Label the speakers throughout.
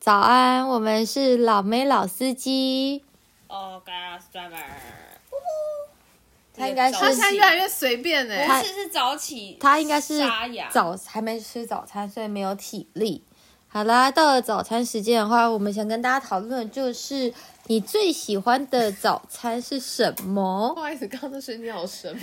Speaker 1: 早安，我们是老妹老司机。
Speaker 2: Oh God, driver！
Speaker 1: 他应该
Speaker 2: 这
Speaker 3: 他
Speaker 2: 个
Speaker 3: 现
Speaker 1: 是
Speaker 2: 早
Speaker 3: 在越来越随便呢、欸
Speaker 2: 不
Speaker 1: 他
Speaker 2: 是是早起，
Speaker 1: 他应该是
Speaker 2: 沙哑。
Speaker 1: 早还没吃早餐，所以没有体力。好啦，到了早餐时间的话，我们想跟大家讨论的就是你最喜欢的早餐是什
Speaker 3: 不
Speaker 1: 么？
Speaker 3: 好意思，刚刚那是尿声，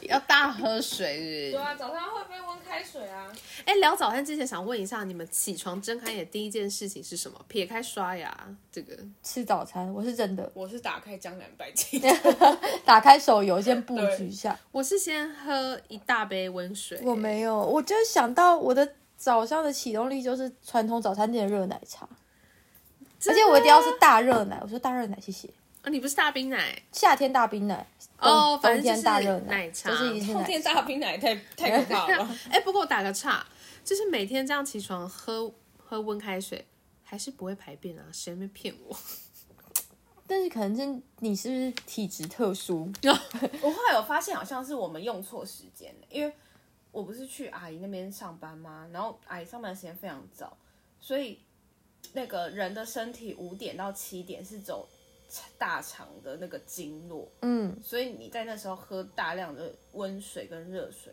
Speaker 3: 要大喝水是
Speaker 2: 对
Speaker 3: 不是。
Speaker 2: 啊，早上会被温开水啊。
Speaker 3: 哎、聊早餐之前想问一下，你们起床睁开眼第一件事情是什么？撇开刷牙这个，
Speaker 1: 吃早餐，我是真 的
Speaker 2: 我是打开江南百 景，
Speaker 1: 打开手游先布局一下。
Speaker 3: 我是先喝一大杯温水。
Speaker 1: 我没有，我就想到我的早上的启动力就是传统早餐店的热奶茶，而
Speaker 3: 真的
Speaker 1: 且
Speaker 3: 吗，
Speaker 1: 我一定要是大热奶。我说大热奶，谢谢。
Speaker 3: 啊你不是大冰奶
Speaker 1: 夏天大冰奶，冬
Speaker 3: 哦，反
Speaker 1: 冬天
Speaker 3: 正就是
Speaker 1: 大热
Speaker 3: 奶茶。
Speaker 1: 就是一定
Speaker 2: 后
Speaker 1: 奶
Speaker 2: 天
Speaker 1: 茶
Speaker 2: 大冰奶太太可怕了。
Speaker 3: 哎、不过我打个岔，就是每天这样起床喝喝温开水，还是不会排便啊？谁没骗我？
Speaker 1: 但是可能是你是不是体质特殊？
Speaker 3: 嗯
Speaker 2: 我后来有发现，好像是我们用错时间了，因为我不是去阿姨那边上班吗？然后阿姨上班的时间非常早，所以那个人的身体五点到七点是走大肠的那个经络，
Speaker 1: 嗯，
Speaker 2: 所以你在那时候喝大量的温水跟热水，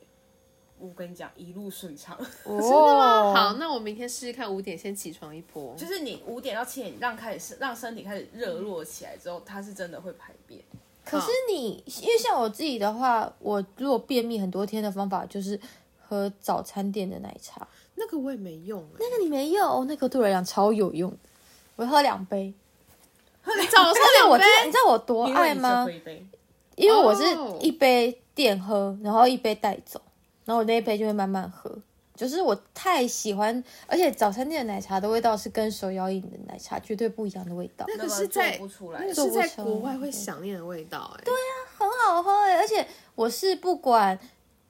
Speaker 2: 我跟你讲一路顺畅，
Speaker 1: 哦、
Speaker 3: 真的吗？好，那我明天试试看，五点先起床一波。
Speaker 2: 就是你五点到七点让开始让身体开始热络起来之后，它是真的会排便。
Speaker 1: 可是你因为像我自己的话，我如果便秘很多天的方法就是喝早餐店的奶茶。
Speaker 3: 那个我也没用、欸，
Speaker 1: 那你没有？哦那个对我来讲超有用的，我喝两杯。
Speaker 3: 早
Speaker 1: 但
Speaker 3: 上
Speaker 1: 是
Speaker 3: 两
Speaker 1: 我
Speaker 3: 杯
Speaker 1: 知道，你知道我多
Speaker 2: 因为
Speaker 1: 爱
Speaker 2: 你
Speaker 1: 吗
Speaker 2: 是？灰杯
Speaker 1: 因为我是
Speaker 3: 哦
Speaker 1: 一杯店喝，然后一杯带走，然后我那一杯就会慢慢喝。就是我太喜欢，而且早餐店的奶茶的味道是跟手摇饮的奶茶绝对不一样的味道，
Speaker 3: 那
Speaker 2: 那
Speaker 3: 个
Speaker 2: 个
Speaker 3: 是在
Speaker 2: 做不出来
Speaker 3: 那个
Speaker 1: 做
Speaker 3: 是
Speaker 1: 不
Speaker 3: 在
Speaker 1: 出来
Speaker 3: 国外会想念的味道、欸，对啊，
Speaker 1: 很好喝哎、而且我是不管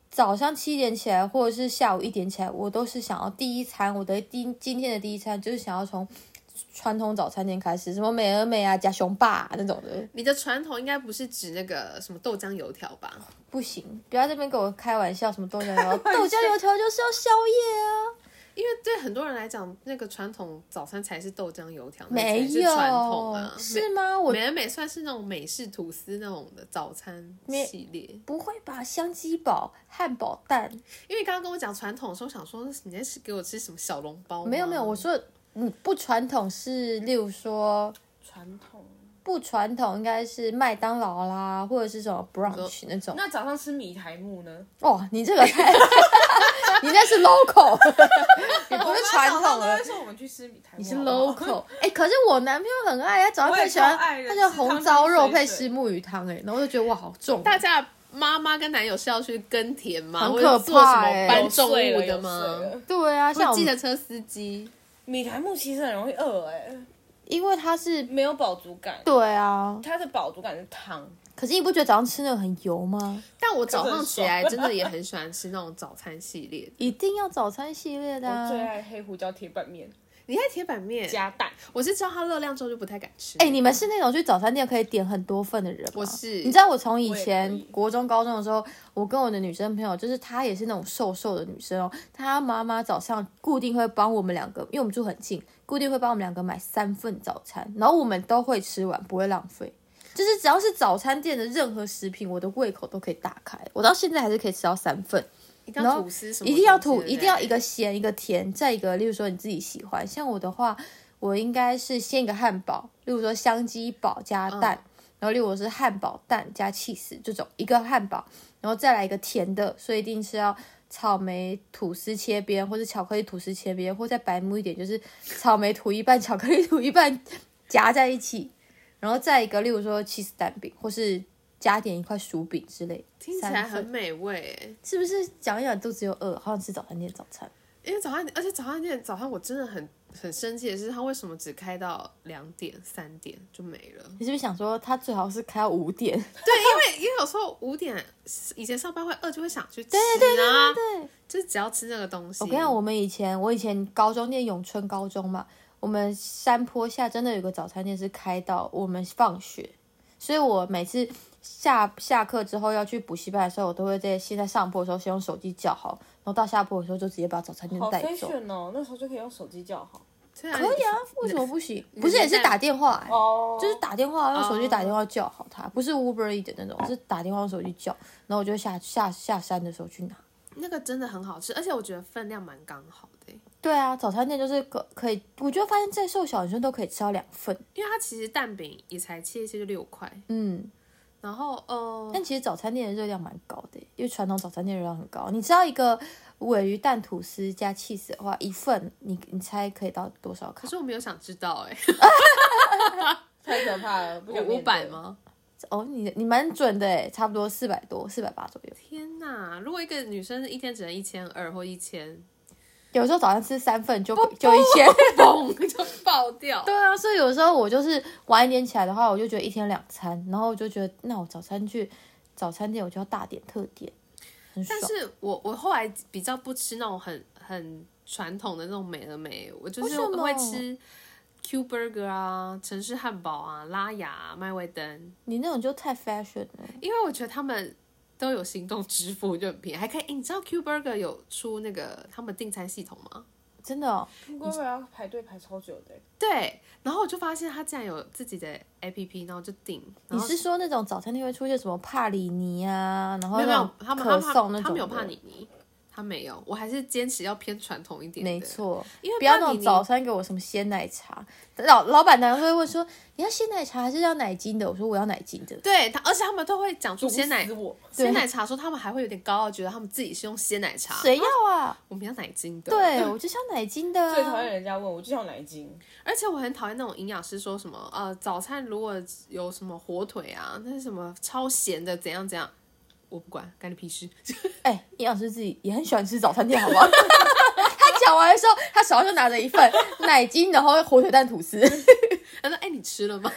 Speaker 1: 早上七点起来，或者是下午一点起来，我都是想要第一餐，我的第今天的第一餐就是想要从传统早餐店开始，什么美而美啊、加熊霸、啊、那种的，
Speaker 3: 你的传统应该不是指那个什么豆浆油条吧？
Speaker 1: 不行，不要这边给我开玩笑，什么豆浆 油条，豆浆油条就是要宵夜啊。
Speaker 3: 因为对很多人来讲，那个传统早餐才是豆浆油条，那才
Speaker 1: 没
Speaker 3: 是
Speaker 1: 有，
Speaker 3: 传统啊。
Speaker 1: 是吗？我
Speaker 3: 美美而美算是那种美式吐司那种的早餐系列，
Speaker 1: 不会吧？香鸡堡、汉堡蛋，
Speaker 3: 因为刚刚跟我讲传统的时候，想说你在吃给我吃什么小笼包吗？
Speaker 1: 没有没有，我说嗯不传统是，例如说
Speaker 2: 传统。
Speaker 1: 不传统应该是麦当劳啦，或者是什么 brunch 那种。
Speaker 2: 那早上吃米苔木呢？
Speaker 1: 哦，你这个太， 你那是 local，你不是传
Speaker 2: 我
Speaker 1: 统
Speaker 2: 妈早上都
Speaker 1: 了
Speaker 2: 会。说我们去吃米苔
Speaker 1: 你
Speaker 2: 木，
Speaker 1: 是
Speaker 2: 好不好
Speaker 1: local 哎、可是我男朋友很爱，啊他早上
Speaker 2: 我也
Speaker 1: 最喜欢
Speaker 2: 超爱的
Speaker 1: 他叫
Speaker 2: 吃
Speaker 1: 红
Speaker 2: 汤
Speaker 1: 烧
Speaker 2: 汤
Speaker 1: 肉
Speaker 2: 水
Speaker 1: 配
Speaker 2: 水
Speaker 1: 石木鱼汤，哎，然后我就觉得哇，好重哦，
Speaker 3: 大家的妈妈跟男友是要去耕田吗？
Speaker 1: 很
Speaker 3: 或者
Speaker 1: 可
Speaker 3: 做什
Speaker 1: 怕
Speaker 3: 么
Speaker 1: 欸
Speaker 3: 搬
Speaker 2: 有
Speaker 3: 重
Speaker 2: 睡了
Speaker 3: 物的
Speaker 2: 有
Speaker 3: 吗
Speaker 2: 睡？了
Speaker 1: 对啊，像
Speaker 3: 或
Speaker 1: 我
Speaker 3: 计
Speaker 1: 们
Speaker 3: 程车司机，
Speaker 2: 米苔木其实很容易饿哎、
Speaker 1: 因为他是
Speaker 2: 没有饱足感。
Speaker 1: 对啊，
Speaker 2: 它的饱足感是汤，
Speaker 1: 可是你不觉得早上吃那个很油吗？
Speaker 3: 但我早上起来
Speaker 2: 真的很爽
Speaker 3: 真 的也很喜欢吃那种早餐系列。
Speaker 1: 一定要早餐系列的、
Speaker 2: 我
Speaker 1: 啊。
Speaker 2: 最爱黑胡椒铁板面
Speaker 3: 你看铁板面，
Speaker 2: 加蛋。
Speaker 3: 我是知道它热量之后就不太敢吃。
Speaker 1: 哎、你们是那种去早餐店可以点很多份的人吗？
Speaker 3: 我是
Speaker 1: 你知道我从以
Speaker 2: 我
Speaker 1: 前
Speaker 2: 也可以
Speaker 1: 国中、高中的时候，我跟我的女生朋友，就是她也是那种瘦瘦的女生哦，她妈妈早上固定会帮我们两个，因为我们住很近，固定会帮我们两个买三份早餐，然后我们都会吃完，不会浪费。就是只要是早餐店的任何食品，我的胃口都可以打开。我到现在还是可以吃到三份，
Speaker 3: 一定要吐司什么东西的，
Speaker 1: 一定要吐，
Speaker 3: 对不对
Speaker 1: 一定要一个咸一个甜，再一个，例如说你自己喜欢。像我的话，我应该是先一个汉堡，例如说香鸡堡加蛋，
Speaker 3: 嗯
Speaker 1: 然后例如我是汉堡蛋加 cheese 这种一个汉堡，然后再来一个甜的，所以一定是要草莓吐司切边，或者巧克力吐司切边，或再白目一点就是草莓吐一半，巧克力吐一半夹在一起，然后再一个，例如说 cheese 蛋饼，或是加点一块薯饼之类，
Speaker 3: 听起来
Speaker 1: 三份
Speaker 3: 很美味。
Speaker 1: 是不是讲一讲肚子又饿，好想吃早餐店早餐？
Speaker 3: 因为早餐，而且早餐店早上我真的很很生气的是，它为什么只开到两点、三点就没了？
Speaker 1: 你是不是想说他最好是开到五点？
Speaker 3: 对，因为因为有时候五点以前上班会饿，就会想去吃啊，对
Speaker 1: 对，
Speaker 3: 就是只要吃那个东西。
Speaker 1: 我跟你讲，我们以前我以前高中念永春高中嘛，我们山坡下真的有个早餐店是开到我们放学，所以我每次下下课之后要去补习班的时候，我都会在现在上坡的时候先用手机叫好，然后到下坡的时候就直接把早餐店
Speaker 2: 好
Speaker 1: 带
Speaker 2: 飞
Speaker 1: 走。
Speaker 2: 选哦，那时候就可以用手机叫好。
Speaker 3: 可
Speaker 1: 可以啊，为什么不行？不是也是打电话、欸，
Speaker 2: 哦
Speaker 1: 就是打电话用手机打电话叫好他，不是 Uber E 的那种，是打电话用手机叫，然后我就下下下山的时候去拿。
Speaker 3: 那个真的很好吃，而且我觉得分量蛮刚好的欸、
Speaker 1: 对啊，早餐店就是可可以，我就发现再瘦小女生都可以吃到两份。
Speaker 3: 因为它其实蛋饼也才切一切就六块，
Speaker 1: 嗯，
Speaker 3: 然后呃，
Speaker 1: 但其实早餐店的热量蛮高的，因为传统早餐店热量很高。你知道一个尾鱼蛋吐司加 cheese 的话，一份你你猜可以到多少卡
Speaker 3: 可？是我没有想知道哎、
Speaker 2: 太可怕了，不想面对
Speaker 3: 五百？吗？
Speaker 1: 哦，你你蛮准的诶，差不多四百多，四百八左右。
Speaker 3: 天哪！如果一个女生一天只能一千二或一千，
Speaker 1: 有时候早上吃三份就就一千。
Speaker 3: 嘣就爆掉。
Speaker 1: 对啊，所以有时候我就是晚一点起来的话，我就觉得一天两餐，然后我就觉得那我早餐去早餐店我就要大点特点，很爽
Speaker 3: 但。是我我后来比较不吃那种很很传统的那种美而美，我就
Speaker 1: 为
Speaker 3: 是
Speaker 1: 什么
Speaker 3: 会吃 Q Burger 啊、城市汉堡啊、拉雅、啊、麦味登，
Speaker 1: 你那种就太 fashion 了。
Speaker 3: 因为我觉得他们都有行动支付，就很便宜，还可以。诶你知道 Q Burger 有出那个他们订餐系统吗？
Speaker 1: 真的哦，
Speaker 2: 不过要排队排超久的欸。
Speaker 3: 对，然后我就发现他竟然有自己的 APP，然后就订。然
Speaker 1: 你
Speaker 3: 后
Speaker 1: 是说那种早餐店会出现什么帕里尼啊，然后
Speaker 3: 没有没
Speaker 1: 那
Speaker 3: 有
Speaker 1: 种，
Speaker 3: 他们
Speaker 1: 可
Speaker 3: 他
Speaker 1: 颂那种
Speaker 3: 们他们有
Speaker 1: 的
Speaker 3: 帕尼尼，他没有，我还是坚持要偏传统一点的。
Speaker 1: 没，错，
Speaker 3: 因为
Speaker 1: 不要
Speaker 3: 帕
Speaker 1: 那
Speaker 3: 尼
Speaker 1: 种
Speaker 3: 尼
Speaker 1: 早餐给我什么鲜奶茶，老老板娘会问说你要鲜奶茶还是要奶精的？我说我要奶精的。
Speaker 3: 对他，而且他们都会讲出鲜奶
Speaker 2: 毒死我，
Speaker 3: 鲜奶茶，说他们还会有点高傲，觉得他们自己是用鲜奶茶，
Speaker 1: 谁要 啊？
Speaker 3: 我们要奶精的。，
Speaker 1: 对，我就是要奶精的、
Speaker 2: 最讨厌
Speaker 1: 啊。
Speaker 2: 人家问我，就像奶精，
Speaker 3: 而且我很讨厌那种营养师说什么呃早餐如果有什么火腿啊，那是什么超咸的怎样怎样，我不管，干你屁事。
Speaker 1: 哎、营养师自己也很喜欢吃早餐店，好不好？ 他讲完的时候，他手上就拿着一 份奶精，然后火腿蛋吐司。因为
Speaker 3: 他说哎你吃了吗？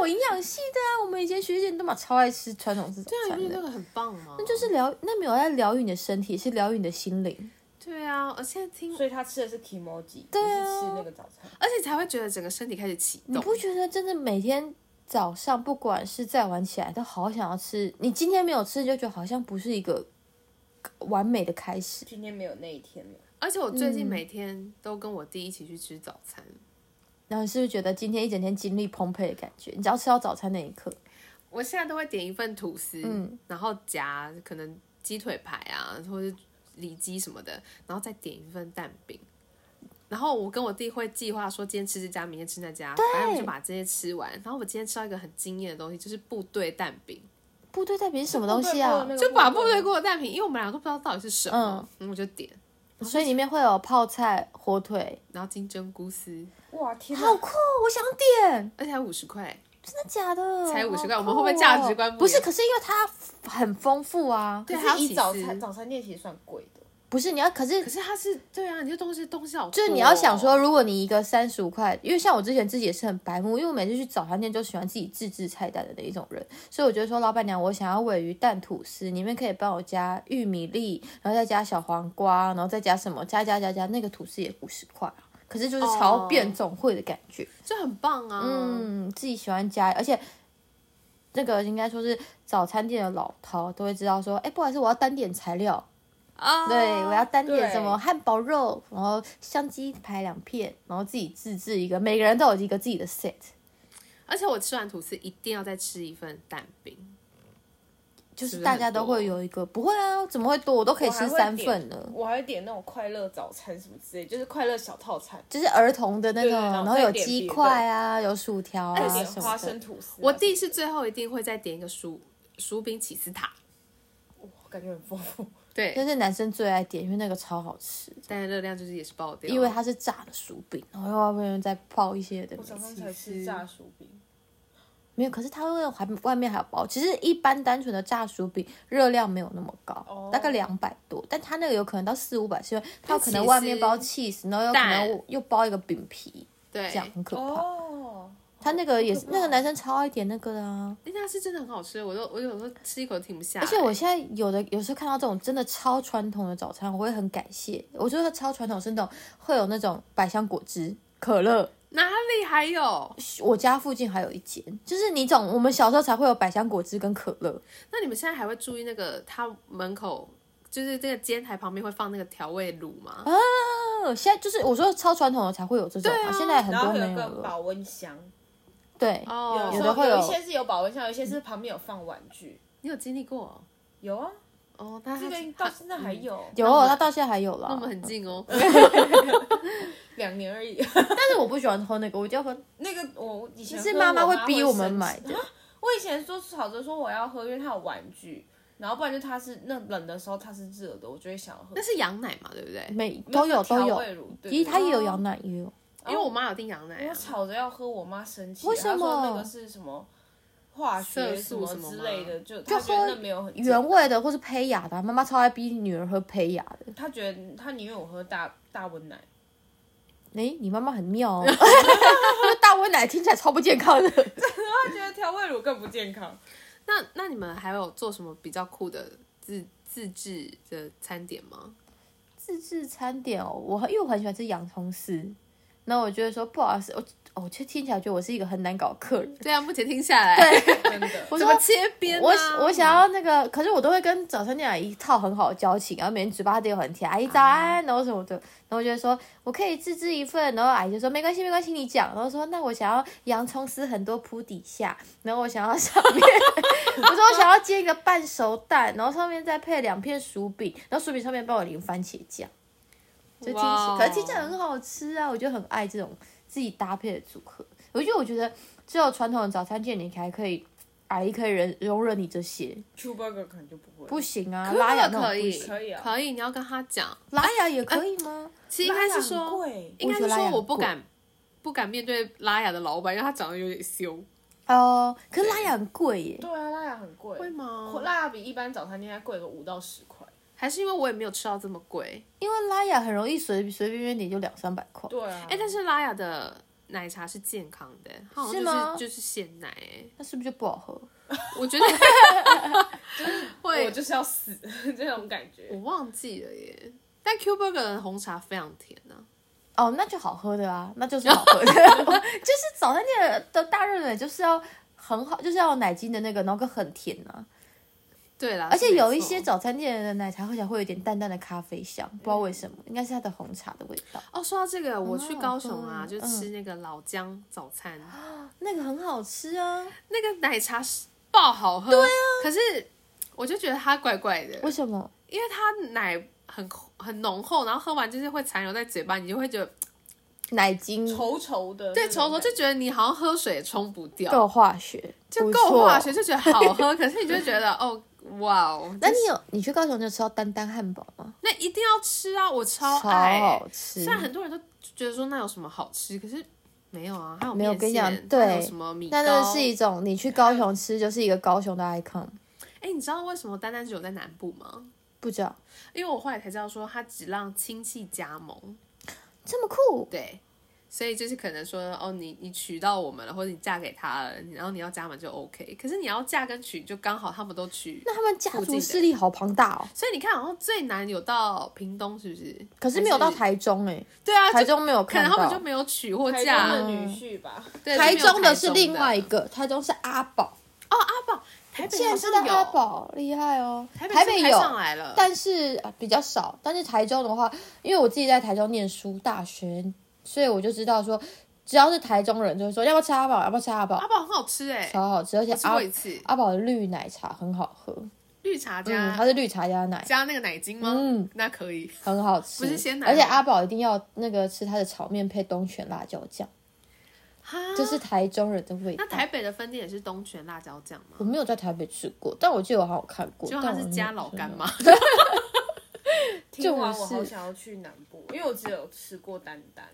Speaker 1: 我营养系的啊，我们以前学姐都嘛超爱吃传统式早
Speaker 3: 对啊，
Speaker 1: 餐
Speaker 3: 因为
Speaker 1: 的
Speaker 3: 那。个很棒嘛。
Speaker 1: 那就是疗，那没有在疗愈你的身体，是疗愈你的心灵。
Speaker 3: 对啊，而且听，
Speaker 2: 所以他吃的是 kimoji，不
Speaker 1: 对啊
Speaker 2: 是吃那个早餐。
Speaker 3: 而且才会觉得整个身体开始启
Speaker 1: 你
Speaker 3: 动。
Speaker 1: 不觉得真的每天早上，不管是再晚起来，都好想要吃。你今天没有吃，你就觉得好像不是一个完美的开始。
Speaker 2: 今天没有那一天了，
Speaker 3: 而且我最近每天都跟我弟一起去吃早餐，
Speaker 1: 然后你是不是觉得今天一整天精力澎湃的感觉？你只要吃到早餐那一刻，
Speaker 3: 我现在都会点一份吐司，
Speaker 1: 嗯
Speaker 3: 然后夹可能鸡腿排啊，或者里脊什么的，然后再点一份蛋饼。然后我跟我弟会计划说，今天吃这家，明天吃那家，反正我们就把这些吃完。然后我今天吃到一个很惊艳的东西，就是部队蛋饼，
Speaker 1: 部队代表是什么东西
Speaker 2: 部队部
Speaker 1: 啊
Speaker 2: 队？那个
Speaker 3: 就把部队锅的蛋饼，因为我们俩都不知道到底是什么，嗯、我就点，
Speaker 1: 所以里面会有泡菜、火腿，
Speaker 3: 然后金针菇丝，
Speaker 2: 哇天哪！
Speaker 1: 好酷！我想点，
Speaker 3: 而且还五十块，
Speaker 1: 真的假的？
Speaker 3: 才50块
Speaker 1: 好酷哦
Speaker 3: 我们会不会价值观
Speaker 1: 不
Speaker 3: 不一样
Speaker 1: 是？可是因为它很丰富啊，
Speaker 3: 对，
Speaker 2: 可
Speaker 3: 还有
Speaker 2: 是
Speaker 3: 起
Speaker 2: 以早餐
Speaker 3: 司。
Speaker 2: 早餐店其实算贵的，
Speaker 1: 不是你要，可是
Speaker 3: 可是它是对啊，你这东西东西好、
Speaker 1: 就是你要想说，，如果你一个三十五块，因为像我之前自己也是很白目，因为我每次去早餐店就喜欢自己自制菜单的那一种人，所以我觉得说老板娘，我想要尾鱼蛋吐司，里面可以帮我加玉米粒，然后再加小黄瓜，然后再加什么，加加加加，那个吐司也五十块啊。可是就是超
Speaker 3: 哦
Speaker 1: 变总会的感觉
Speaker 3: 就很棒啊。
Speaker 1: 嗯，自己喜欢加，而且那个应该说是早餐店的老饕都会知道说，哎、不好意思，我要单点材料，
Speaker 3: 啊，
Speaker 1: 对，我要单点
Speaker 2: 对
Speaker 1: 什么汉堡肉，然后香鸡排两片，然后自己自制一个，每个人都有一个自己的 set，
Speaker 3: 而且我吃完吐司一定要再吃一份蛋饼，
Speaker 1: 啊就是
Speaker 3: 是
Speaker 1: 大家都会有一个，不会啊，怎么会多？我都可以
Speaker 2: 我还
Speaker 1: 吃
Speaker 2: 会
Speaker 1: 三
Speaker 2: 点
Speaker 1: 份呢。
Speaker 2: 我还会点那种快乐早餐什么之类，就是快乐小套餐，
Speaker 1: 就是儿童的那
Speaker 2: 对
Speaker 1: 种，
Speaker 2: 然后
Speaker 1: 然后
Speaker 2: 再
Speaker 1: 有
Speaker 2: 点
Speaker 1: 鸡
Speaker 2: 别的
Speaker 1: 块啊，有薯条啊
Speaker 2: 再
Speaker 1: 什
Speaker 2: 点
Speaker 1: 么的。
Speaker 2: 花生吐司啊。
Speaker 3: 我弟是最后一定会再点一个薯薯饼起司塔，
Speaker 2: 我感觉很丰富，
Speaker 3: 对，
Speaker 1: 但是男生最爱点，因为那个超好吃，
Speaker 3: 但热量就是也是爆掉，
Speaker 1: 因为它是炸的薯饼，然后又外面再泡一些的
Speaker 2: 嗯我
Speaker 1: 没的。
Speaker 2: 早上才吃炸薯饼，
Speaker 1: 没有，可是它会还外面还有包。其实一般单纯的炸薯饼热量没有那么高，
Speaker 2: 哦
Speaker 1: 大概两百多，但它那个有可能到四五百，是因为它有可
Speaker 3: 但其
Speaker 1: 能
Speaker 3: 实
Speaker 1: 外面包 cheese，然后有可能
Speaker 3: 蛋
Speaker 1: 又包一个饼皮，
Speaker 3: 对
Speaker 1: 这，样很可怕。
Speaker 2: 哦，
Speaker 1: 他那个也是
Speaker 2: 好可怕
Speaker 1: 那个男生超爱点那个的啊。
Speaker 3: 人哎家是真的很好吃，我都我有时候吃一口停不下来，
Speaker 1: 而且我现在有的有时候看到这种真的超传统的早餐，我会很感谢。我觉得超传统是那种会有那种百香果汁、可乐，
Speaker 3: 哪里还有？
Speaker 1: 我家附近还有一间，就是你总我们小时候才会有百香果汁跟可乐，
Speaker 3: 那你们现在还会注意那个他门口就是这个煎台旁边会放那个调味乳吗？
Speaker 1: 嗯，现在就是我说超传统的才会有这种嘛，
Speaker 3: 对啊
Speaker 1: 现在很
Speaker 2: 然
Speaker 1: 多
Speaker 2: 后
Speaker 1: 没
Speaker 2: 有一个
Speaker 1: 了。
Speaker 2: 保温箱，
Speaker 1: 对，
Speaker 3: 哦，
Speaker 1: 有
Speaker 2: 时
Speaker 1: 的
Speaker 2: 候
Speaker 1: 会
Speaker 2: 有
Speaker 1: 有
Speaker 2: 一些是有保温箱，有一些是旁边有放玩具。
Speaker 3: 你有经历过哦？
Speaker 2: 有啊，
Speaker 3: 哦，那
Speaker 2: 这个到现在还有
Speaker 1: 有
Speaker 3: 那我们
Speaker 1: 它到现在还有啦。
Speaker 3: 那我们很近哦。
Speaker 2: 两 年而已。
Speaker 1: 但是我不喜欢喝那个，我就喝。
Speaker 2: 那个我以前
Speaker 1: 是
Speaker 2: 喝
Speaker 1: 妈
Speaker 2: 我
Speaker 1: 妈
Speaker 2: 会
Speaker 1: 会逼我们
Speaker 2: 生
Speaker 1: 买
Speaker 2: 气
Speaker 1: 的。
Speaker 2: 我以前说吵着说我要喝，因为它有玩具，然后不然就它是那冷的时候它是热的，我就会想喝
Speaker 3: 那。是羊奶嘛，对不对？
Speaker 1: 每都有都
Speaker 2: 调
Speaker 1: 有
Speaker 2: 味，乳，对
Speaker 1: 其实它也有
Speaker 3: 哦
Speaker 1: 羊奶也有。
Speaker 3: 因为我妈有订羊奶
Speaker 2: 我
Speaker 3: 啊。
Speaker 2: 吵着要喝，我妈生气，
Speaker 1: 为什么
Speaker 2: 她说那个是什么化学
Speaker 3: 色素
Speaker 2: 什
Speaker 3: 什么
Speaker 2: 之
Speaker 3: 吗
Speaker 2: 类的，就
Speaker 1: 就
Speaker 2: 她觉得
Speaker 1: 喝
Speaker 2: 那没有很健
Speaker 1: 原味的或是胚芽的啊、妈妈超爱逼女儿喝胚芽的。
Speaker 2: 她觉得她宁愿我喝大大温奶，
Speaker 1: 诶，你妈妈很妙哦，大温奶听起来超不健康的。
Speaker 2: 她觉得调味乳更不健康。
Speaker 3: 那那你们还有做什么比较酷的自自制的餐点吗？
Speaker 1: 自制餐点哦，我很因为我很喜欢吃洋葱丝，那我就会说不好意思，我哦我就听起来觉得我是一个很难搞的客人。
Speaker 3: 对啊，目前听下来， 对，
Speaker 2: 真的，
Speaker 1: 我
Speaker 3: 怎
Speaker 1: 说
Speaker 3: 么切边、啊？
Speaker 1: 我我想要那个，可是我都会跟早餐店阿姨套很好的交情，然后每天嘴巴都有很甜，阿姨早安，然后什么的，然后我就会说我可以自制一份，然后阿姨就说没关系没关系，你讲，然后说那我想要洋葱丝很多铺底下，然后我想要上面，我说我想要煎一个半熟蛋，然后上面再配两片薯饼，然后薯饼上面帮我淋番茄酱，就听起
Speaker 3: 哇哦
Speaker 1: 可是听起来很好吃啊，我就很爱这种自己搭配的组合，我就我觉得只有传统的早餐店你才可以。阿姨可以忍容忍你这些，
Speaker 2: Q burger 可能就不会，
Speaker 1: 不行啊，
Speaker 3: 可
Speaker 1: 拉雅那
Speaker 3: 以
Speaker 1: 种
Speaker 3: 可
Speaker 1: 不
Speaker 3: 以
Speaker 1: 行，
Speaker 2: 可以啊
Speaker 3: 可以，你要跟他讲。
Speaker 1: 拉雅也可以吗？
Speaker 3: 其实应该
Speaker 1: 啊
Speaker 3: 是
Speaker 2: 拉雅很
Speaker 3: 说，
Speaker 2: 贵
Speaker 3: 应该
Speaker 1: 我觉
Speaker 3: 是
Speaker 1: 得拉雅
Speaker 3: 说
Speaker 1: 很
Speaker 3: 我不敢不敢面对拉雅的老板，因为他长得有点羞，
Speaker 1: 哦，可是拉雅很贵耶。
Speaker 2: 对啊，拉雅很贵，
Speaker 3: 会
Speaker 1: 哦
Speaker 3: 吗？
Speaker 2: 拉雅比一般早餐店还贵个五到十块。
Speaker 3: 还是因为我也没有吃到这么贵。
Speaker 1: 因为拉雅很容易随随便便点就两三百块。
Speaker 2: 对啊，
Speaker 3: 哎、但是拉雅的奶茶是健康的，它好像
Speaker 1: 是吗
Speaker 3: 就是就是鲜奶、哎，
Speaker 1: 那是不是就不好喝？
Speaker 3: 我觉得 会
Speaker 2: 我就是要死 这种感觉。
Speaker 3: 我忘记了耶。但 Q Burger 的红茶非常甜啊，
Speaker 1: 哦，那就好喝的啊，那就是好喝的。 就是早餐店的大热奶就是要很好，就是要有奶精的那个，然后跟很甜啊。
Speaker 3: 对啦，
Speaker 1: 而且
Speaker 3: 是没
Speaker 1: 有一
Speaker 3: 错
Speaker 1: 些早餐店的奶茶喝起来会有点淡淡的咖啡香，不知道为什么，应该是它的红茶的味道。
Speaker 3: 哦，说到这个，我去
Speaker 1: 好
Speaker 3: 高
Speaker 1: 喝
Speaker 3: 雄啊，就
Speaker 1: 嗯啊
Speaker 3: 吃那个老姜早餐，
Speaker 1: 那个很好吃啊，
Speaker 3: 那个奶茶是爆好喝，对啊，可是我就觉得它怪怪的，
Speaker 1: 为什么？
Speaker 3: 因为它奶很很浓厚，然后喝完就是会残留在嘴巴，你就会觉得
Speaker 1: 奶精
Speaker 2: 稠稠的，
Speaker 3: 对稠稠，就觉得你好像喝水也冲不掉，
Speaker 1: 够化学，
Speaker 3: 就
Speaker 1: 不
Speaker 3: 够
Speaker 1: 错
Speaker 3: 化学，就觉得 好喝，可是你就会觉得哦，哇哦，
Speaker 1: 那你有你去高雄就吃到丹丹汉堡吗？
Speaker 3: 那一定要吃啊，我超
Speaker 1: 超
Speaker 3: 爱、
Speaker 1: 好吃
Speaker 3: 虽，然很多人都觉得说那有什么好吃，可是没有啊，还有
Speaker 1: 没有
Speaker 3: 面
Speaker 1: 跟你讲
Speaker 3: 线
Speaker 1: 对
Speaker 3: 还有什么米糕，
Speaker 1: 但那是一种你去高雄吃就是一个高雄的 icon，
Speaker 3: 哎、你知道为什么丹丹只有在南部吗？
Speaker 1: 不知道
Speaker 3: 因为我后来才知道说他只让亲戚加盟，
Speaker 1: 这么酷，
Speaker 3: 对，所以就是可能说哦，你你娶到我们了，或者你嫁给他了，然后你要加盟就 OK，可是你要嫁跟娶就刚好他们都娶，
Speaker 1: 那他们家
Speaker 3: 附近
Speaker 1: 族
Speaker 3: 的
Speaker 1: 势力好庞大哦，
Speaker 3: 所以你看好像最难有到屏东是不是？
Speaker 1: 可是没有到
Speaker 3: 还是，
Speaker 1: 台中哎，
Speaker 3: 对啊，
Speaker 1: 台
Speaker 3: 就
Speaker 1: 中没有
Speaker 3: 可能
Speaker 1: 看
Speaker 3: 他们就
Speaker 1: 到，
Speaker 3: 没有娶或
Speaker 2: 台
Speaker 3: 嫁
Speaker 2: 中，的女婿吧，
Speaker 3: 对，
Speaker 1: 台
Speaker 3: 就没有
Speaker 1: 中的是另外一
Speaker 3: 台中的，
Speaker 1: 个，台中是阿宝，
Speaker 3: 台北
Speaker 1: 现在
Speaker 3: 好
Speaker 1: 是
Speaker 3: 像
Speaker 1: 在阿
Speaker 3: 有，
Speaker 1: 宝，厉害哦，台
Speaker 3: 台
Speaker 1: 北
Speaker 3: 是开
Speaker 1: 有。
Speaker 3: 上来了，
Speaker 1: 但是呃比较少。但是台中的话，因为我自己在台中念书大学，所以我就知道说，只要是台中人就会说要不要吃阿宝，要不要吃阿宝
Speaker 3: 阿，宝很好吃哎、
Speaker 1: 超好吃，而且
Speaker 3: 我吃
Speaker 1: 阿
Speaker 3: 过一次
Speaker 1: 阿宝的绿奶茶很好喝，
Speaker 3: 绿茶加、
Speaker 1: 嗯，它是绿茶加奶，
Speaker 3: 加那个奶精吗？
Speaker 1: 嗯，
Speaker 3: 那可以。
Speaker 1: 很好吃，
Speaker 3: 不是鲜奶啊
Speaker 1: 而且
Speaker 3: 吗
Speaker 1: 阿宝一定要那个吃它的炒面配东泉辣椒酱，
Speaker 3: 哈
Speaker 1: 这是台中人的味道
Speaker 3: 那。台北的分店也是东泉辣椒酱吗
Speaker 1: 我？没有在台北吃过，但我记得我好像看过，
Speaker 3: 就
Speaker 1: 但
Speaker 3: 它
Speaker 1: 我
Speaker 3: 是
Speaker 1: 没有
Speaker 3: 加
Speaker 1: 吃
Speaker 3: 老
Speaker 1: 过
Speaker 3: 干妈，
Speaker 2: 听完我
Speaker 1: 就是
Speaker 2: 好想要去南部，因为我只有吃过丹丹。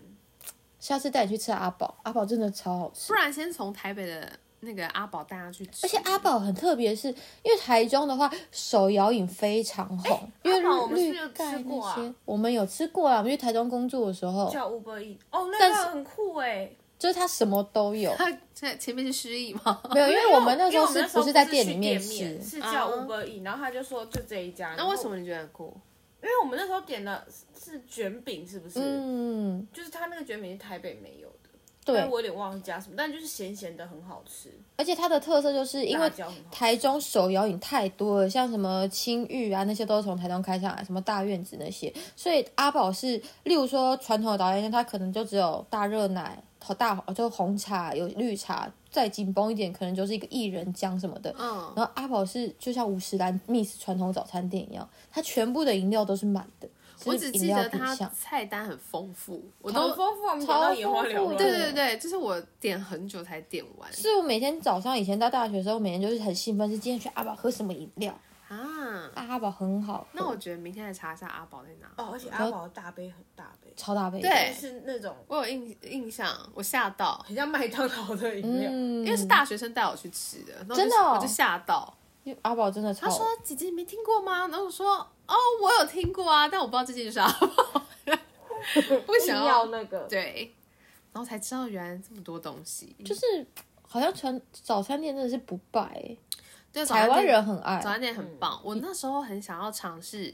Speaker 1: 下次带你去吃阿宝，阿宝真的超好吃
Speaker 3: 不。然先从台北的那个阿宝带他去吃。
Speaker 1: 而且阿宝很特别，是因为台中的话手摇饮非常红，因为
Speaker 2: 哎阿宝我们是
Speaker 1: 绿
Speaker 2: 不是有
Speaker 1: 绿
Speaker 2: 吃
Speaker 1: 盖
Speaker 2: 过
Speaker 1: 那
Speaker 2: 啊
Speaker 1: 些，我们有吃过啊。我们去台中工作的时候，
Speaker 2: 叫 Uber E，哦，那
Speaker 1: 但是
Speaker 2: 个很酷哎，
Speaker 1: 就是它什么都有，
Speaker 3: 他前前面是失忆吗？
Speaker 1: 没有，因为我们那时
Speaker 2: 因为
Speaker 1: 候
Speaker 2: 我们
Speaker 1: 是
Speaker 2: 那时
Speaker 1: 不
Speaker 2: 候
Speaker 1: 是
Speaker 2: 是
Speaker 1: 在
Speaker 2: 店
Speaker 1: 里面吃啊
Speaker 2: 面？？是叫
Speaker 3: 嗯
Speaker 2: Uber E，然后他就说就这一家。
Speaker 3: 那为
Speaker 2: 然
Speaker 3: 什
Speaker 2: 后？
Speaker 3: 么你觉得很酷？
Speaker 2: 因为我们那时候点的是卷饼，是不是？
Speaker 1: 嗯，
Speaker 2: 就是他那个卷饼是台北没有的，
Speaker 1: 对
Speaker 2: 但我有点忘记加什么，但就是咸咸的很好吃，
Speaker 1: 而且它的特色就是因
Speaker 2: 辣
Speaker 1: 为
Speaker 2: 椒很好吃。
Speaker 1: 台中手摇饮太多了，像什么青玉啊那些都是从台中开上来，什么大院子那些，所以阿宝是，例如说传统的导演店，它可能就只有大热奶、好大哦就红茶有绿茶，再紧绷一点可能就是一个薏仁浆什么的。
Speaker 3: 嗯，
Speaker 1: 然后阿宝是就像五十岚 Miss 传统早餐店一样，它全部的饮料都是满的，
Speaker 3: 我
Speaker 1: 就
Speaker 3: 只
Speaker 1: 是
Speaker 3: 记
Speaker 1: 饮料
Speaker 3: 得
Speaker 1: 品
Speaker 3: 它
Speaker 1: 项。
Speaker 3: 菜单很丰富，哦我
Speaker 2: 很
Speaker 3: 都
Speaker 2: 丰富啊，我们点到眼花缭
Speaker 1: 超丰富
Speaker 2: 乱。
Speaker 3: 对
Speaker 1: 对
Speaker 3: 对对，就是我点很久才点完
Speaker 1: 是我每天早上以前在大学的时候，我每天就是很兴奋，是今天去阿宝喝什么饮料，
Speaker 3: 啊。
Speaker 1: 啊阿宝很好喝，
Speaker 3: 那我觉得明天来查一下阿宝在哪。
Speaker 2: 哦，而且阿宝的大杯很大杯，
Speaker 1: 超大杯，
Speaker 3: 对
Speaker 2: 就是那种
Speaker 3: 我有印印象，我吓到，
Speaker 2: 很像麦当劳的饮料。
Speaker 1: 嗯，
Speaker 3: 因为是大学生带我去吃的，然后我就
Speaker 1: 真的哦
Speaker 3: 我就吓到。
Speaker 1: 因为阿宝真的超，
Speaker 3: 他说：“姐姐你没听过吗？”然后我说：“哦，我有听过啊，但我不知道这 件就是阿宝。”不
Speaker 2: 硬
Speaker 3: 想
Speaker 2: 要那个，
Speaker 3: 对，然后才知道原来这么多东西，就
Speaker 1: 就是好像传早餐店真的是不败欸、
Speaker 3: 哎对早餐
Speaker 1: 台湾
Speaker 3: 店
Speaker 1: 人很嗯爱
Speaker 3: 早，餐店很棒。我那时候很想要尝试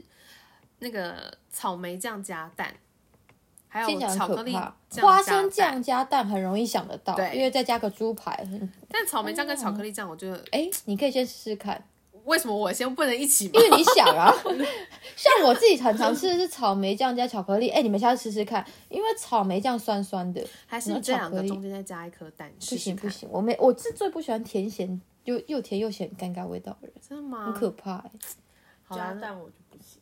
Speaker 3: 那个草莓酱加蛋，还有
Speaker 1: 听起来
Speaker 3: 巧
Speaker 1: 很
Speaker 3: 克
Speaker 1: 可
Speaker 3: 力
Speaker 1: 怕。
Speaker 3: 酱
Speaker 1: 花
Speaker 3: 加
Speaker 1: 生
Speaker 3: 蛋
Speaker 1: 酱，加蛋很容易想得到，
Speaker 3: 对
Speaker 1: 因为再加个猪排，很
Speaker 3: 但草莓酱跟巧克力酱，我觉得
Speaker 1: 哎、你可以先试试看，
Speaker 3: 为什么我先不能一起吗
Speaker 1: 因？为你想啊， 像我自己很常吃的是草莓酱加巧克力，哎、你们下次试试看，因为草莓酱酸酸的，
Speaker 3: 还是你
Speaker 1: 然后
Speaker 3: 这
Speaker 1: 巧
Speaker 3: 两
Speaker 1: 克
Speaker 3: 个
Speaker 1: 力
Speaker 3: 中间再加一颗蛋？
Speaker 1: 不
Speaker 3: 试试
Speaker 1: 行不
Speaker 3: 看，
Speaker 1: 行，我没我是最不喜欢甜咸又又甜又咸尴尬味道的人，
Speaker 3: 真的吗？
Speaker 1: 很可怕、欸。
Speaker 3: 好
Speaker 2: 加
Speaker 3: 啊，
Speaker 2: 蛋我就不行。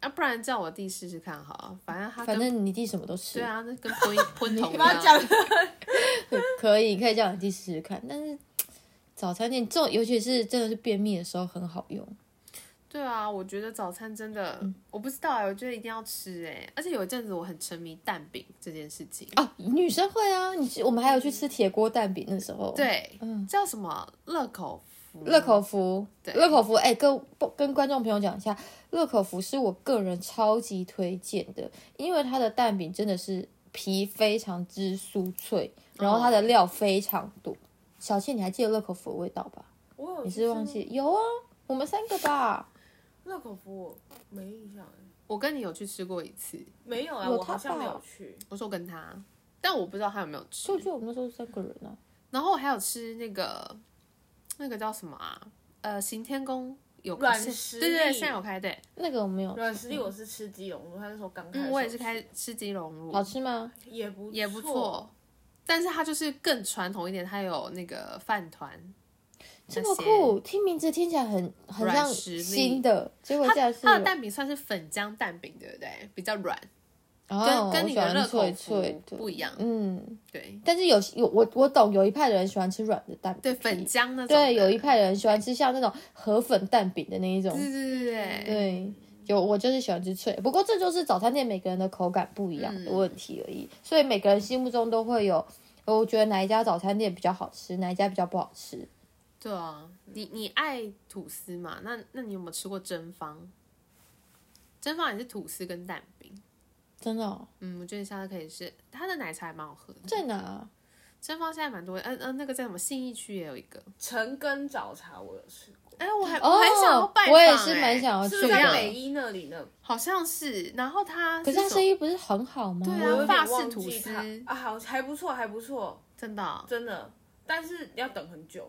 Speaker 3: 啊，不然叫我弟试试看好了，反正他
Speaker 1: 反
Speaker 3: 跟
Speaker 1: 正你弟什么都吃，
Speaker 3: 对啊，那跟喷喷头一
Speaker 2: 你把它
Speaker 3: 样。
Speaker 2: 讲
Speaker 1: 可以，可以叫你弟试试看。但是早餐店这种，尤其是真的是便秘的时候，很好用。
Speaker 3: 对啊，我觉得早餐真的，我不知道哎、我觉得一定要吃哎、而且有一阵子我很沉迷蛋饼这件事情。
Speaker 1: 哦，女生会啊，你去我们还有去吃铁锅蛋饼那时候，，
Speaker 3: 对，叫什么乐口福？
Speaker 1: 乐口福，
Speaker 3: 对
Speaker 1: 乐口福，哎、跟不跟观众朋友讲一下，乐口福是我个人超级推荐的，因为它的蛋饼真的是皮非常之酥脆，然后它的料非常多。小倩，你还记得乐口福的味道吧？
Speaker 2: 我有
Speaker 1: 你
Speaker 2: 你
Speaker 1: 是忘
Speaker 3: 嗯
Speaker 1: 记有啊？我们三个吧，
Speaker 2: 热口服我没印象哎，
Speaker 3: 我跟你有去吃过一次，
Speaker 2: 没有啊，
Speaker 1: 有
Speaker 2: 我
Speaker 1: 他
Speaker 2: 好像没
Speaker 1: 吧
Speaker 2: 有去。
Speaker 3: 我说跟他，但我不知道他有没有吃
Speaker 1: 就。就我们那时候是三个人啊。
Speaker 3: 然后还有吃那个那个叫什么啊？呃，行天宫有
Speaker 2: 软
Speaker 3: 现
Speaker 2: 实
Speaker 3: 对对，
Speaker 2: 力
Speaker 3: 现在有开对，啊
Speaker 1: 那个我没有，
Speaker 2: 软实力我是吃鸡茸他那时候刚开始，
Speaker 3: 嗯，我也是开吃鸡茸乳，
Speaker 1: 好吃吗？
Speaker 2: 也不
Speaker 3: 也不错，，但是它就是更传统一点，它有那个饭团，
Speaker 1: 这
Speaker 3: 那
Speaker 1: 么
Speaker 3: 些
Speaker 1: 酷，听名字听起来很很
Speaker 3: 软
Speaker 1: 像
Speaker 3: 实力
Speaker 1: 新的，结果
Speaker 3: 它
Speaker 1: 竟然是
Speaker 3: 它的蛋饼算是粉浆蛋饼，对不对？比较软，
Speaker 1: 哦
Speaker 3: 跟跟
Speaker 1: 我喜
Speaker 3: 你的
Speaker 1: 欢
Speaker 3: 热口
Speaker 1: 脆
Speaker 3: 福
Speaker 1: 脆的
Speaker 3: 不一样
Speaker 1: 嗯，
Speaker 3: 对
Speaker 1: 但是有有我我懂，有一派的人喜欢吃软的蛋饼，
Speaker 3: 对，粉浆那种的。
Speaker 1: 对，有一派的人喜欢吃像那种河粉蛋饼的那一种，
Speaker 3: 对对对对，
Speaker 1: 对。有我就是喜欢吃脆，不过这就是早餐店每个人的口感不一样的
Speaker 3: 嗯
Speaker 1: 问题而已，所以每个人心目中都会有，我觉得哪一家早餐店比较好吃，哪一家比较不好吃。
Speaker 3: 对啊，你你爱吐司嘛？那那你有没有吃过蒸方？蒸方也是吐司跟蛋饼，
Speaker 1: 真的、哦，
Speaker 3: 嗯，我觉得你下次可以试。它的奶茶也蛮好喝的。
Speaker 1: 在哪啊？
Speaker 3: 蒸方现在蛮多，嗯、嗯、那个在什么信义区也有一个。
Speaker 2: 陈根早茶我有吃过，
Speaker 3: 哎、我还、
Speaker 1: 哦
Speaker 3: 我还想要拜访、
Speaker 1: 我也是蛮想要
Speaker 3: 哎
Speaker 1: 去
Speaker 2: 是
Speaker 1: 的
Speaker 2: 不是
Speaker 3: 怎
Speaker 2: 在
Speaker 3: 样
Speaker 2: 北一那里呢？
Speaker 3: 好像是。然后它
Speaker 1: 可是他
Speaker 3: 什么
Speaker 1: 生意不是很好吗？
Speaker 3: 对
Speaker 2: 我
Speaker 3: 啊
Speaker 2: 有
Speaker 3: 法
Speaker 2: 点
Speaker 3: 式
Speaker 2: 忘
Speaker 3: 吐
Speaker 2: 记
Speaker 3: 司
Speaker 2: 它啊，好还不错，还不错，
Speaker 3: 真的哦、
Speaker 2: 真的，但是要等很久。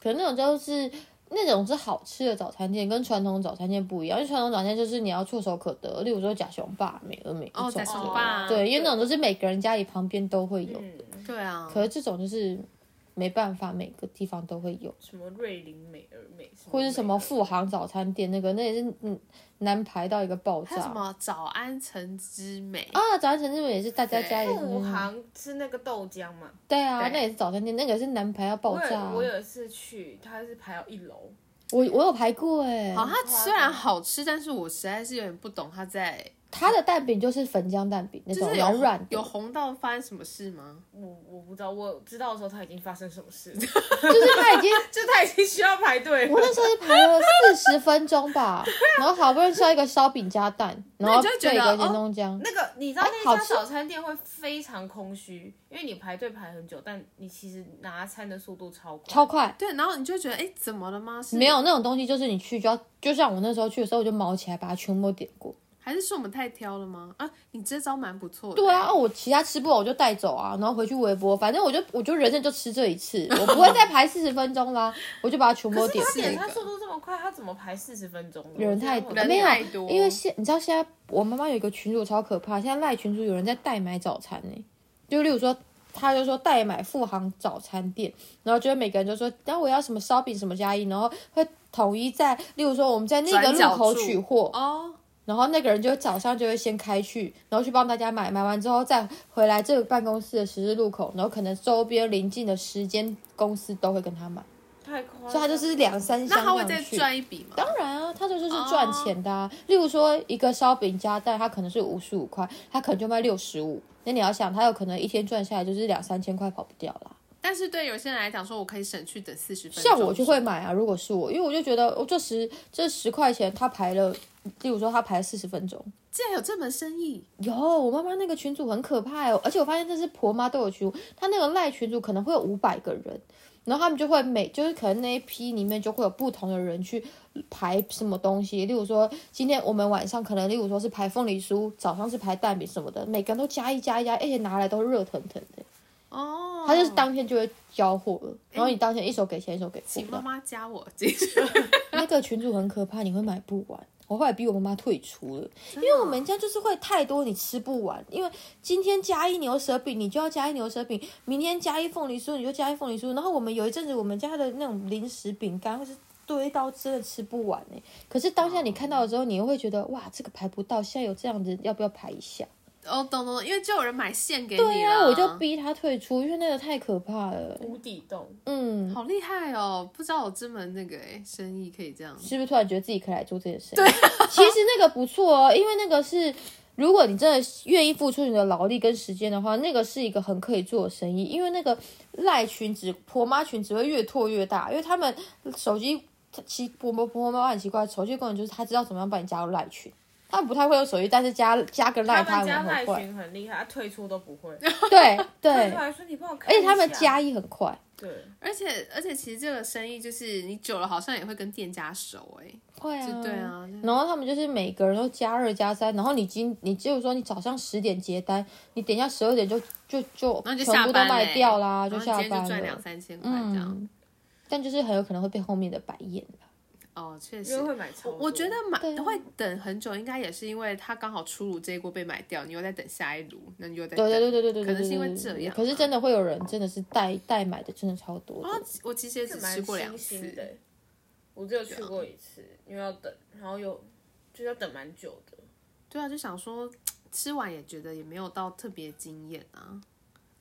Speaker 1: 可能那种就是那种是好吃的早餐店，跟传统早餐店不一样。因为传统早餐店就是你要触手可得，例如说假熊爸、美而美
Speaker 3: 哦
Speaker 1: 这
Speaker 3: 假
Speaker 1: 种
Speaker 3: 熊
Speaker 1: 的
Speaker 3: 爸
Speaker 1: 对，因为那种都是每个人家里旁边都会有。
Speaker 2: 嗯，
Speaker 3: 对啊。
Speaker 1: 可是这种就是没办法，每个地方都会有，
Speaker 2: 什么瑞林美而美，
Speaker 1: 或是什么富
Speaker 2: 富
Speaker 1: 航早餐店那个，那也是嗯难排到一个爆
Speaker 3: 还有
Speaker 1: 炸。
Speaker 3: 什
Speaker 1: 啊，
Speaker 3: 么早安橙之美？
Speaker 1: 早餐城日本也是大家家里嗯
Speaker 2: 富航是那个豆浆嘛？
Speaker 1: 对啊，
Speaker 3: 对
Speaker 1: 那也是早餐店，那个也是难排到爆
Speaker 2: 我
Speaker 1: 炸啊、
Speaker 2: 有我有一次去，它是排到一楼，
Speaker 1: 我我有排过哎、
Speaker 3: 好，哦它虽然好吃，但是我实在是有点不懂它在，
Speaker 1: 它的蛋饼就是粉浆蛋饼那
Speaker 3: 就
Speaker 1: 种
Speaker 3: 是
Speaker 1: 软软
Speaker 3: 有
Speaker 1: 的，
Speaker 3: 有红到发生什么事吗？
Speaker 2: 我我不知道，我知道的时候它已经发生什么事了，
Speaker 1: 就是它已经
Speaker 2: 就它已经需要排队了
Speaker 1: 我。那时候是排了四十分钟吧，然后好不容易吃到一个烧饼加蛋，然后
Speaker 3: 那你就觉
Speaker 1: 配
Speaker 3: 得
Speaker 1: 一个年终姜，
Speaker 2: 那个你知道
Speaker 1: 哎
Speaker 2: 那
Speaker 1: 好
Speaker 2: 家
Speaker 1: 吃
Speaker 2: 早餐店会非常空虚，因为你排队排很久，但你其实拿餐的速度超快。
Speaker 1: 超快。
Speaker 3: 对，然后你就会觉得，哎，怎么了吗？是
Speaker 1: 没有那种东西，就是你去就要，就像我那时候去的时候，我就毛起来把它全部都点过。
Speaker 3: 还是是我们太挑了吗？啊，你这招蛮不错的。欸
Speaker 1: 对啊，，我其他吃不完我就带走啊，然后回去微波，反正我就我就人生就吃这一次，我不会再排四十分钟啦，我就把它全部都点
Speaker 2: 他
Speaker 1: 四
Speaker 2: 点
Speaker 1: 个
Speaker 2: 餐速度这么快，他怎么排四十分钟呢？
Speaker 1: 人太
Speaker 2: 我
Speaker 1: 多，
Speaker 2: 觉得我
Speaker 1: 没有啊
Speaker 3: 太多
Speaker 1: 因为现你知道现在我妈妈有一个群主超可怕，现在赖群主有人在代买早餐呢、就例如说。他就说代买富航早餐店，然后就会每个人就说，那我要什么烧饼什么加一，然后会统一在，例如说我们在那个
Speaker 3: 转角
Speaker 1: 路口
Speaker 3: 处
Speaker 1: 取货，
Speaker 3: 哦，
Speaker 1: 然后那个人就早上就会先开去，然后去帮大家买，买完之后再回来这个办公室的十字路口，然后可能周边邻近的时间公司都会跟他买，
Speaker 2: 太夸张，
Speaker 1: 所以他就是两三箱
Speaker 3: 那他会
Speaker 1: 这样
Speaker 3: 再
Speaker 1: 去
Speaker 3: 赚一笔吗？
Speaker 1: 当然啊，他这就是赚钱的、啊。例如说，一个烧饼加蛋，他可能是五十五块，他可能就卖六十五。那你要想，他有可能一天赚下来就是两三千块，跑不掉啦。
Speaker 3: 但是对有些人来讲，说我可以省去等四十分钟。
Speaker 1: 像我就会买啊，如果是我，因为我就觉得我这十这十块钱，他排了，例如说他排四十分钟。
Speaker 3: 竟然有这门生意，
Speaker 1: 有我妈妈那个群主很可怕哦，而且我发现这是婆妈都有群组，她那个赖群主可能会有五百个人，然后他们就会每就是可能那一批里面就会有不同的人去排什么东西，例如说今天我们晚上可能例如说是排凤梨酥，早上是排蛋饼什么的，每个人都加一加一加，而且拿来都是热腾腾的，
Speaker 3: 哦，
Speaker 1: 他就是当天就会交货了，然后你当天一手给钱一手给货
Speaker 3: 请妈
Speaker 1: 的，
Speaker 3: 妈加我进去，
Speaker 1: 那个群主很可怕，你会买不完。我后来逼我妈妈退出了，因为我们家就是会太多，你吃不完。因为今天加一牛舌饼，你就要加一牛舌饼；明天加一凤梨酥，你就加一凤梨酥。然后我们有一阵子，我们家的那种零食饼干是堆到真的吃不完呢、欸可是当下你看到的时候，你又会觉得哇，这个排不到，现在有这样子，要不要排一下？
Speaker 3: 哦，懂懂，懂因为就有人买线给你
Speaker 1: 对啊，
Speaker 3: 啦
Speaker 1: 我就逼她退出，因为那个太可怕了。
Speaker 2: 无底洞。
Speaker 1: 嗯，
Speaker 3: 好厉害哦，不知道有这门那个哎生意可以这样，
Speaker 1: 是不是突然觉得自己可以来做这件事？对、
Speaker 2: 啊
Speaker 1: 其实那个不错哦，因为那个是，如果你真的愿意付出你的劳力跟时间的话，那个是一个很可以做的生意，因为那个赖群只婆妈群只会越拓越大，因为他们手机其婆婆婆妈妈很奇怪，手机功能就是他知道怎么样帮你加入赖群。他们不太会用手机，但是加加个赖，
Speaker 2: 他们家
Speaker 1: 们
Speaker 2: 赖
Speaker 1: 很快。
Speaker 2: 群很厉害，他退出都不会。
Speaker 1: 对对，
Speaker 2: 退出来说你帮我
Speaker 1: 而
Speaker 2: 看一下，
Speaker 1: 且他们加一很快，
Speaker 2: 对，
Speaker 3: 而且而且其实这个生意就是你久了好像也会跟店家熟哎，
Speaker 1: 会啊，
Speaker 3: 对啊
Speaker 1: 然后他们就是每个人都加二加三，然后你今你就是说你早上十点结单，你等一下十二点就就就
Speaker 3: 然后就
Speaker 1: 全
Speaker 3: 下
Speaker 1: 部
Speaker 3: 班
Speaker 1: 都
Speaker 3: 嘞
Speaker 1: 卖掉啦，就
Speaker 3: 然后
Speaker 1: 下
Speaker 3: 你今天就赚
Speaker 1: 班
Speaker 3: 两
Speaker 1: 了。嗯
Speaker 3: 三千块这样，
Speaker 1: 但就是很有可能会被后面的白眼吧
Speaker 3: 哦，确
Speaker 2: 因
Speaker 3: 实
Speaker 2: 为。会买超多。
Speaker 3: 我觉得买
Speaker 1: 对啊
Speaker 3: 会等很久，应该也是因为它刚好出炉这一锅被买掉，你又在等下一炉，那你又在等。
Speaker 1: 对对对对对对对对，
Speaker 3: 可能是因为
Speaker 1: 对对
Speaker 3: 这
Speaker 1: 对
Speaker 3: 样
Speaker 1: 可是
Speaker 3: 啊
Speaker 1: 真的会有人真的是代代买的，真的超多的。
Speaker 3: 啊，我其实也只
Speaker 2: 蛮
Speaker 3: 吃过两
Speaker 2: 新
Speaker 3: 次
Speaker 2: 兴的，欸，我只有去
Speaker 3: 啊
Speaker 2: 过一次，因为要等，然后又就是要等蛮久的。
Speaker 3: 对啊，就想说吃完也觉得也没有到特别惊艳啊。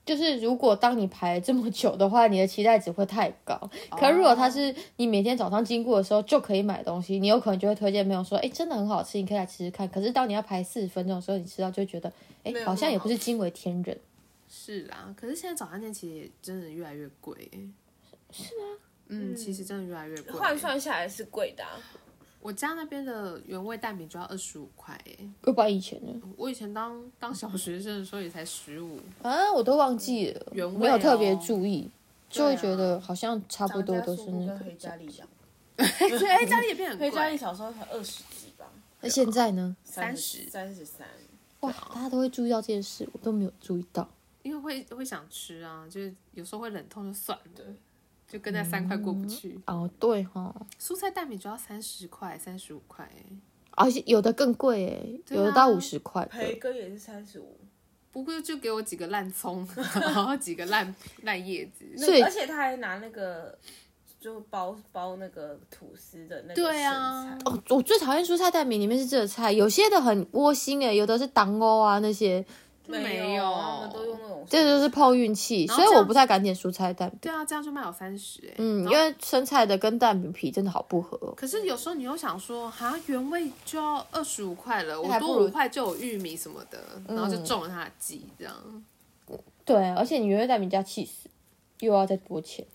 Speaker 1: 就是如果当你排这么久的话，你的期待值会太高。可如果它是你每天早上经过的时候就可以买东西，你有可能就会推荐朋友说，哎、真的很好吃，你可以来吃吃看。可是当你要排四十分钟的时候，你吃到就会觉得，哎、
Speaker 2: 没有
Speaker 1: 好像
Speaker 2: 那么
Speaker 1: 也不是惊为天人。
Speaker 3: 是啦，可是现在早餐店其实也真的越来越贵欸、
Speaker 1: 啊
Speaker 3: 嗯，其实真的越来越贵欸、
Speaker 2: 换算下来是贵的、啊，
Speaker 3: 我家那边的原味蛋饼就要二十五块欸
Speaker 1: 又不然以前呢？
Speaker 3: 我以前当当小学生的时候也才十五，
Speaker 1: 啊，我都忘记了，
Speaker 3: 原味哦
Speaker 1: 没有特别注意，就会
Speaker 3: 对啊
Speaker 1: 觉得好像差不多都是那
Speaker 2: 个
Speaker 1: 个
Speaker 2: 黑
Speaker 1: 价
Speaker 2: 加。力一样，
Speaker 3: 所以哎，家里也变很
Speaker 2: 黑加力
Speaker 3: 贵，
Speaker 2: 小时候才二十几吧，
Speaker 1: 那现在呢？
Speaker 2: 十三十三。
Speaker 1: 哇，大家都会注意到这件事，我都没有注意到。
Speaker 3: 因为会会想吃啊，就是有时候会忍痛就算了，就跟那三块过不去。
Speaker 1: 哦，对哈，
Speaker 3: 蔬菜蛋饼就要三十块，三十五块欸，
Speaker 1: 而且有的更贵诶，
Speaker 3: 对啊
Speaker 1: 有的到五十块的。
Speaker 2: 培哥也是三十五，
Speaker 3: 不过就给我几个烂葱， 然后几个烂烂叶子，
Speaker 2: 那
Speaker 1: 所以
Speaker 2: 而且他还拿那个就包包那个吐司的那个
Speaker 3: 对啊
Speaker 2: 剩菜
Speaker 1: 哦，我最讨厌蔬菜蛋饼里面是这个菜，有些的很窝心欸诶，有的是党欧啊那些，
Speaker 2: 没
Speaker 3: 没有
Speaker 2: 他们都用那种
Speaker 1: 这就是碰运气，
Speaker 3: 然
Speaker 1: 所
Speaker 3: 后
Speaker 1: 以
Speaker 3: 这样
Speaker 1: 我不太敢点蔬菜蛋饼。
Speaker 3: 对啊，这样就卖我三十哎。
Speaker 1: 嗯，
Speaker 3: 然
Speaker 1: 因
Speaker 3: 后
Speaker 1: 为生菜的跟蛋饼皮真的好不合哦。
Speaker 3: 可是有时候你又想说，哈，原味就要二十五块了，
Speaker 1: 还
Speaker 3: 我
Speaker 1: 不
Speaker 3: 多
Speaker 1: 如嗯
Speaker 3: 五块就有玉米什么的，然后就中了他的计这样。
Speaker 1: 对，啊而且你原味蛋饼加气死，又要再多钱，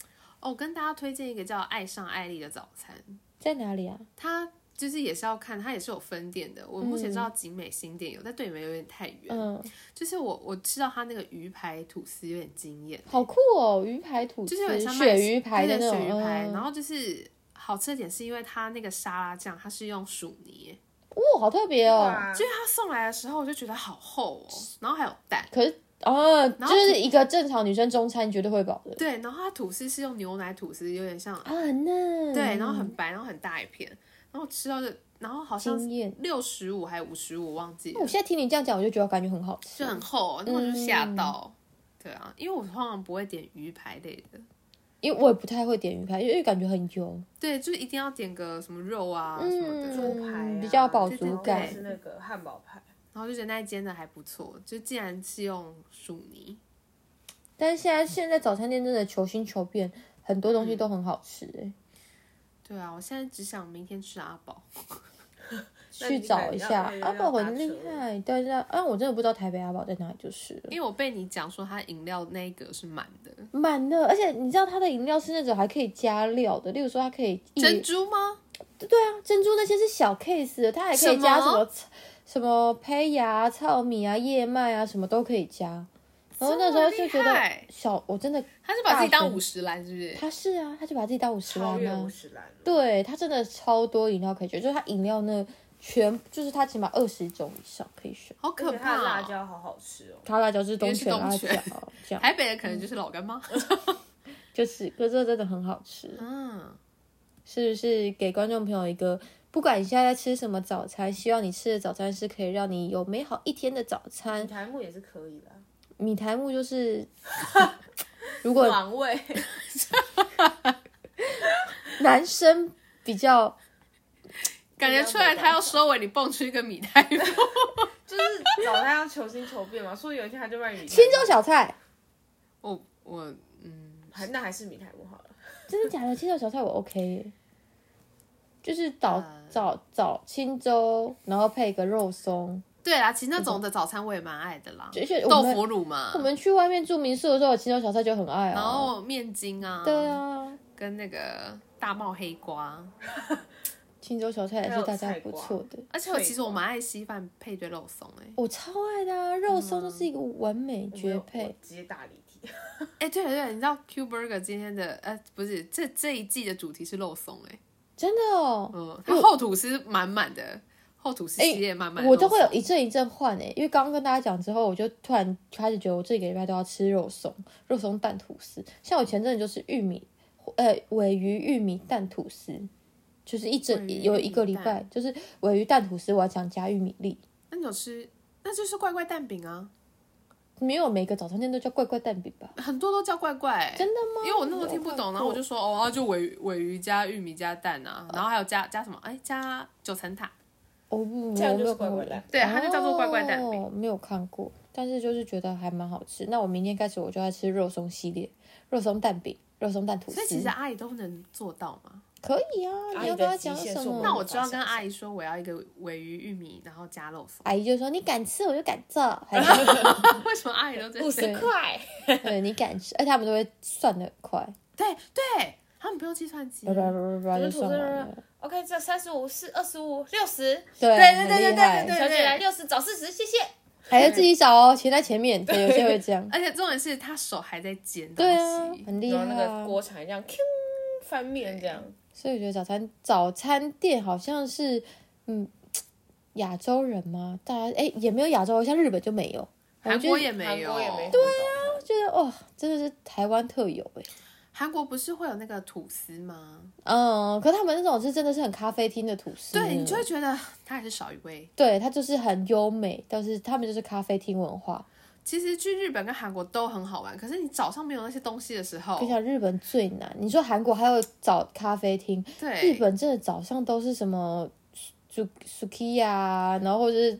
Speaker 3: 哦，我跟大家推荐一个叫“爱上艾丽”的早餐，
Speaker 1: 在哪里啊？
Speaker 3: 它就是也是要看，它也是有分店的。我目前知道景美新店有，但对你们有点太远。
Speaker 1: 嗯，
Speaker 3: 就是我我吃到它那个鱼排吐司有点惊艳，
Speaker 1: 好酷哦，鱼排吐司
Speaker 3: 就是有点，像
Speaker 1: 鳕鱼排的
Speaker 3: 对
Speaker 1: 那种，嗯
Speaker 3: 鳕鱼排，然
Speaker 1: 后
Speaker 3: 后就是好吃的点是因为它那个沙拉酱它是用薯泥，
Speaker 1: 哇、好特别哦。
Speaker 2: 哇
Speaker 3: 就是他送来的时候，我就觉得好厚哦，然后还有蛋，
Speaker 1: 可是哦，就
Speaker 3: 然后
Speaker 1: 是一个正常女生中餐绝对会饱的
Speaker 3: 对，然后它吐司是用牛奶吐司，有点像
Speaker 1: 啊，很嫩。
Speaker 3: 对，然后很白，然后很大一片，然后吃到这，然后好像
Speaker 1: 惊艳
Speaker 3: 六十五还五十五忘记
Speaker 1: 我
Speaker 3: 了，
Speaker 1: 现在听你这样讲，我就觉得感觉很好吃
Speaker 3: 就。很厚、哦，那我就吓
Speaker 1: 嗯
Speaker 3: 到。对啊，因为我通常不会点鱼排类的，
Speaker 1: 因为我也不太会点鱼排，因为感觉很油。
Speaker 3: 对，就是一定要点个什么肉啊什么的，
Speaker 2: 猪排啊
Speaker 1: 嗯，比较饱足感
Speaker 2: 是。那个汉堡排，
Speaker 3: 然后就觉得那一间的还不错，就竟然是用薯泥，
Speaker 1: 但是现在现在早餐店真的求新求变，很多东西都很好吃哎、
Speaker 3: 对啊，我现在只想明天吃阿宝，
Speaker 2: 那你
Speaker 1: 去找一下啊
Speaker 2: 感觉要
Speaker 1: 阿宝很厉
Speaker 2: 要搭
Speaker 1: 害，但是啊，我真的不知道台北阿宝在哪里，就是了
Speaker 3: 因为我被你讲说它饮料那一格是满的，
Speaker 1: 满的，而且你知道它的饮料是那种还可以加料的，例如说它可以一
Speaker 3: 珍珠吗？
Speaker 1: 对啊，珍珠那些是小 case 的，它还可以加什
Speaker 3: 什
Speaker 1: 么
Speaker 3: 么
Speaker 1: 什么胚芽、糙米啊、燕麦啊，什么都可以加。然后那时候就觉
Speaker 3: 这么厉
Speaker 1: 得
Speaker 3: 害
Speaker 1: 小，我真的
Speaker 3: 他是把自己
Speaker 1: 大
Speaker 3: 当
Speaker 1: 神
Speaker 3: 五十来，是不是？
Speaker 1: 他是啊，他就把自己当五十
Speaker 2: 超
Speaker 1: 万
Speaker 2: 越
Speaker 1: 啊
Speaker 2: 五，十来了，
Speaker 1: 对他真的超多饮料可以选，就是他饮料那全就是他起码二十种以上可以选。
Speaker 3: 好
Speaker 2: 而
Speaker 3: 可
Speaker 2: 且它
Speaker 3: 怕、
Speaker 2: 的
Speaker 3: 哦！
Speaker 2: 辣椒好好吃哦。
Speaker 1: 他辣椒就是东
Speaker 3: 是
Speaker 1: 泉
Speaker 3: 东
Speaker 1: 辣椒
Speaker 3: 泉，
Speaker 1: 这 样
Speaker 3: 台北的可能就是老干妈。
Speaker 1: 就是，可是真的很好吃。
Speaker 3: 嗯，
Speaker 1: 是不是给观众朋友一个，不管你现在在吃什么早餐，希望你吃的早餐是可以让你有美好一天的早餐
Speaker 2: 米。苔木也是可以的，
Speaker 1: 米苔木 就是，如果
Speaker 2: 王位
Speaker 1: 男生比较
Speaker 3: 感觉出来他要收尾，你蹦出一个米苔木，
Speaker 2: 就是早餐要求新求变嘛，说有一天他就卖米苔
Speaker 1: 青州
Speaker 2: 木，
Speaker 1: 小菜，
Speaker 3: 我我嗯，
Speaker 2: 还那还是米苔木好了。
Speaker 1: 真的假的？青州小菜我 OK，耶就是早
Speaker 3: 嗯
Speaker 1: 早早青州，然后配个肉松。
Speaker 3: 对啦，其实那种的早餐我也蛮爱的啦，
Speaker 1: 嗯而且我
Speaker 3: 豆
Speaker 1: 们
Speaker 3: 腐乳嘛
Speaker 1: 我，们去外面住民宿的时候，青州小菜就很爱
Speaker 3: 然
Speaker 1: 哦。
Speaker 3: 后面筋啊，
Speaker 1: 对，啊，
Speaker 3: 跟那个大茂黑瓜，
Speaker 1: 青州小菜也
Speaker 2: 还
Speaker 1: 是
Speaker 2: 有
Speaker 1: 大家
Speaker 2: 菜
Speaker 1: 不
Speaker 2: 瓜
Speaker 1: 错的。
Speaker 3: 而且我其实我蛮爱稀饭配对肉松哎、
Speaker 1: 我超爱的、啊，肉松就是一个完美绝
Speaker 3: 嗯
Speaker 2: 我
Speaker 1: 配。
Speaker 2: 直接大离题，
Speaker 3: 哎、对了对了，你知道 Q Burger 今天的呃不是这这一季的主题是肉松哎、
Speaker 1: 真的哦，
Speaker 3: 嗯，它厚吐司满满的，厚吐司系列满满的肉
Speaker 1: 哎我
Speaker 3: 松、
Speaker 1: 都会有一阵一阵换诶、因为刚刚跟大家讲之后，我就突然开始觉得我这个礼拜都要吃肉松，肉松蛋吐司。像我前阵子就是玉米，呃，尾鱼玉米蛋吐司，就是一整
Speaker 3: 尾鱼玉米
Speaker 1: 有一个礼拜
Speaker 3: 蛋
Speaker 1: 就是尾鱼蛋吐司，我还想加玉米粒。
Speaker 3: 那你有吃？那就是怪怪蛋饼啊，
Speaker 1: 没有每个早餐店都叫怪怪蛋饼吧？
Speaker 3: 很多都叫怪怪、
Speaker 1: 真的吗？
Speaker 3: 因为我那时候听不懂，然后我就
Speaker 1: 有看过
Speaker 3: 说哦，啊就尾尾鱼加玉米加蛋啊，然后还有加加什么？哎，加九层塔。
Speaker 1: 我不，
Speaker 2: 这样
Speaker 1: 我没
Speaker 2: 就是
Speaker 1: 有看过
Speaker 2: 怪怪蛋
Speaker 3: 对它就叫做怪怪蛋饼
Speaker 1: 哦，没有看过，但是就是觉得还蛮好吃。那我明天开始我就要吃肉松系列，肉松蛋饼、肉松蛋吐司。
Speaker 3: 所以其实啊阿姨都能做到嘛。
Speaker 1: 可以啊，
Speaker 2: 阿
Speaker 1: 你
Speaker 2: 姨
Speaker 1: 要
Speaker 2: 的
Speaker 1: 跟他讲
Speaker 2: 极限
Speaker 1: 什
Speaker 2: 是我
Speaker 1: 么？
Speaker 2: 们
Speaker 3: 那我就要跟阿姨说，我要一个尾鱼玉米，然后加肉松。
Speaker 1: 阿姨就说你敢吃我就敢做，还是
Speaker 3: 为什么阿姨都在
Speaker 2: 五
Speaker 3: 这
Speaker 2: 十
Speaker 1: 对
Speaker 3: 样？
Speaker 2: 块，
Speaker 1: 对你敢吃，哎而且他们都会算的很快，
Speaker 3: 对对，他们不用计算机
Speaker 1: 叭。叭叭叭叭就
Speaker 2: 吐司
Speaker 1: 算完了。
Speaker 2: OK，这三十五是二十五六十，
Speaker 1: 对
Speaker 3: 对对
Speaker 1: 很
Speaker 3: 对
Speaker 1: 厉
Speaker 3: 对
Speaker 1: 害
Speaker 3: 对对
Speaker 2: 小姐来六十找四十，谢谢。
Speaker 1: 还要自己找哦，钱在前面，对，有些会这样。
Speaker 3: 而且重点是他手还在煎东
Speaker 1: 对啊，
Speaker 3: 西。
Speaker 1: 很厉
Speaker 2: 然
Speaker 1: 害
Speaker 2: 后那个
Speaker 1: 啊。
Speaker 2: 锅铲这样，吭翻面这样，
Speaker 1: 所以我觉得早餐早餐店好像是，嗯，亚洲人吗？大家哎也没有亚洲，像日本就没有，
Speaker 3: 韩国也没
Speaker 2: 韩
Speaker 3: 有
Speaker 2: 国，也没。对
Speaker 1: 我觉得哦，真的是台湾特有哎。
Speaker 3: 韩国不是会有那个吐司吗？
Speaker 1: 嗯，可他们那种是真的是很咖啡厅的吐司，
Speaker 3: 对，你就会觉得它还是少一味。
Speaker 1: 对它就是很优美，但是他们就是咖啡厅文化。
Speaker 3: 其实去日本跟韩国都很好玩，可是你早上没有那些东西的时候
Speaker 1: 跟，你讲，日本最难。你说韩国还有找咖啡厅，日
Speaker 3: 对，
Speaker 1: 本真的早上都是什么 su suki 啊，然后或者是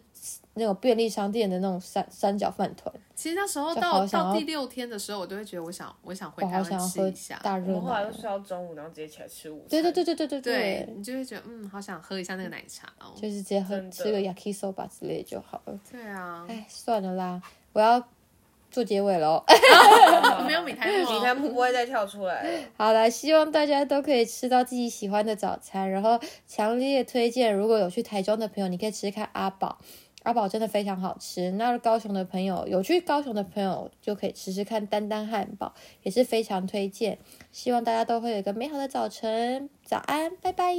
Speaker 1: 那种便利商店的那种三三角饭团，
Speaker 3: 其实那时候
Speaker 1: 就好
Speaker 3: 到
Speaker 1: 想要
Speaker 3: 到第六天的时候，我都会觉得我想我想回
Speaker 1: 我
Speaker 3: 台
Speaker 1: 好想
Speaker 3: 湾
Speaker 1: 要
Speaker 3: 吃
Speaker 1: 喝
Speaker 3: 一下。
Speaker 1: 大
Speaker 2: 我
Speaker 1: 热
Speaker 2: 们后来
Speaker 1: 奶
Speaker 2: 都。睡到中午，然后直接起来吃午餐。
Speaker 1: 对对对对对对
Speaker 3: 对，你就会觉得嗯，好想喝一下那个奶茶哦。
Speaker 1: 就是直接喝
Speaker 2: 真的
Speaker 1: 吃个 yakisoba 之类就好了。
Speaker 3: 对啊，
Speaker 1: 哎，算了啦，我要做结尾哦喽。
Speaker 2: 对
Speaker 3: 没有
Speaker 1: 哎
Speaker 3: 米苔木哦，
Speaker 2: 米苔木不会再跳出来了。
Speaker 1: 好了，希望大家都可以吃到自己喜欢的早餐，然后强烈推荐，如果有去台中的朋友，你可以吃吃看阿宝。阿宝真的非常好吃，那高雄的朋友有去高雄的朋友就可以吃吃看丹丹汉堡，也是非常推荐。希望大家都会有一个美好的早晨，早安，拜拜。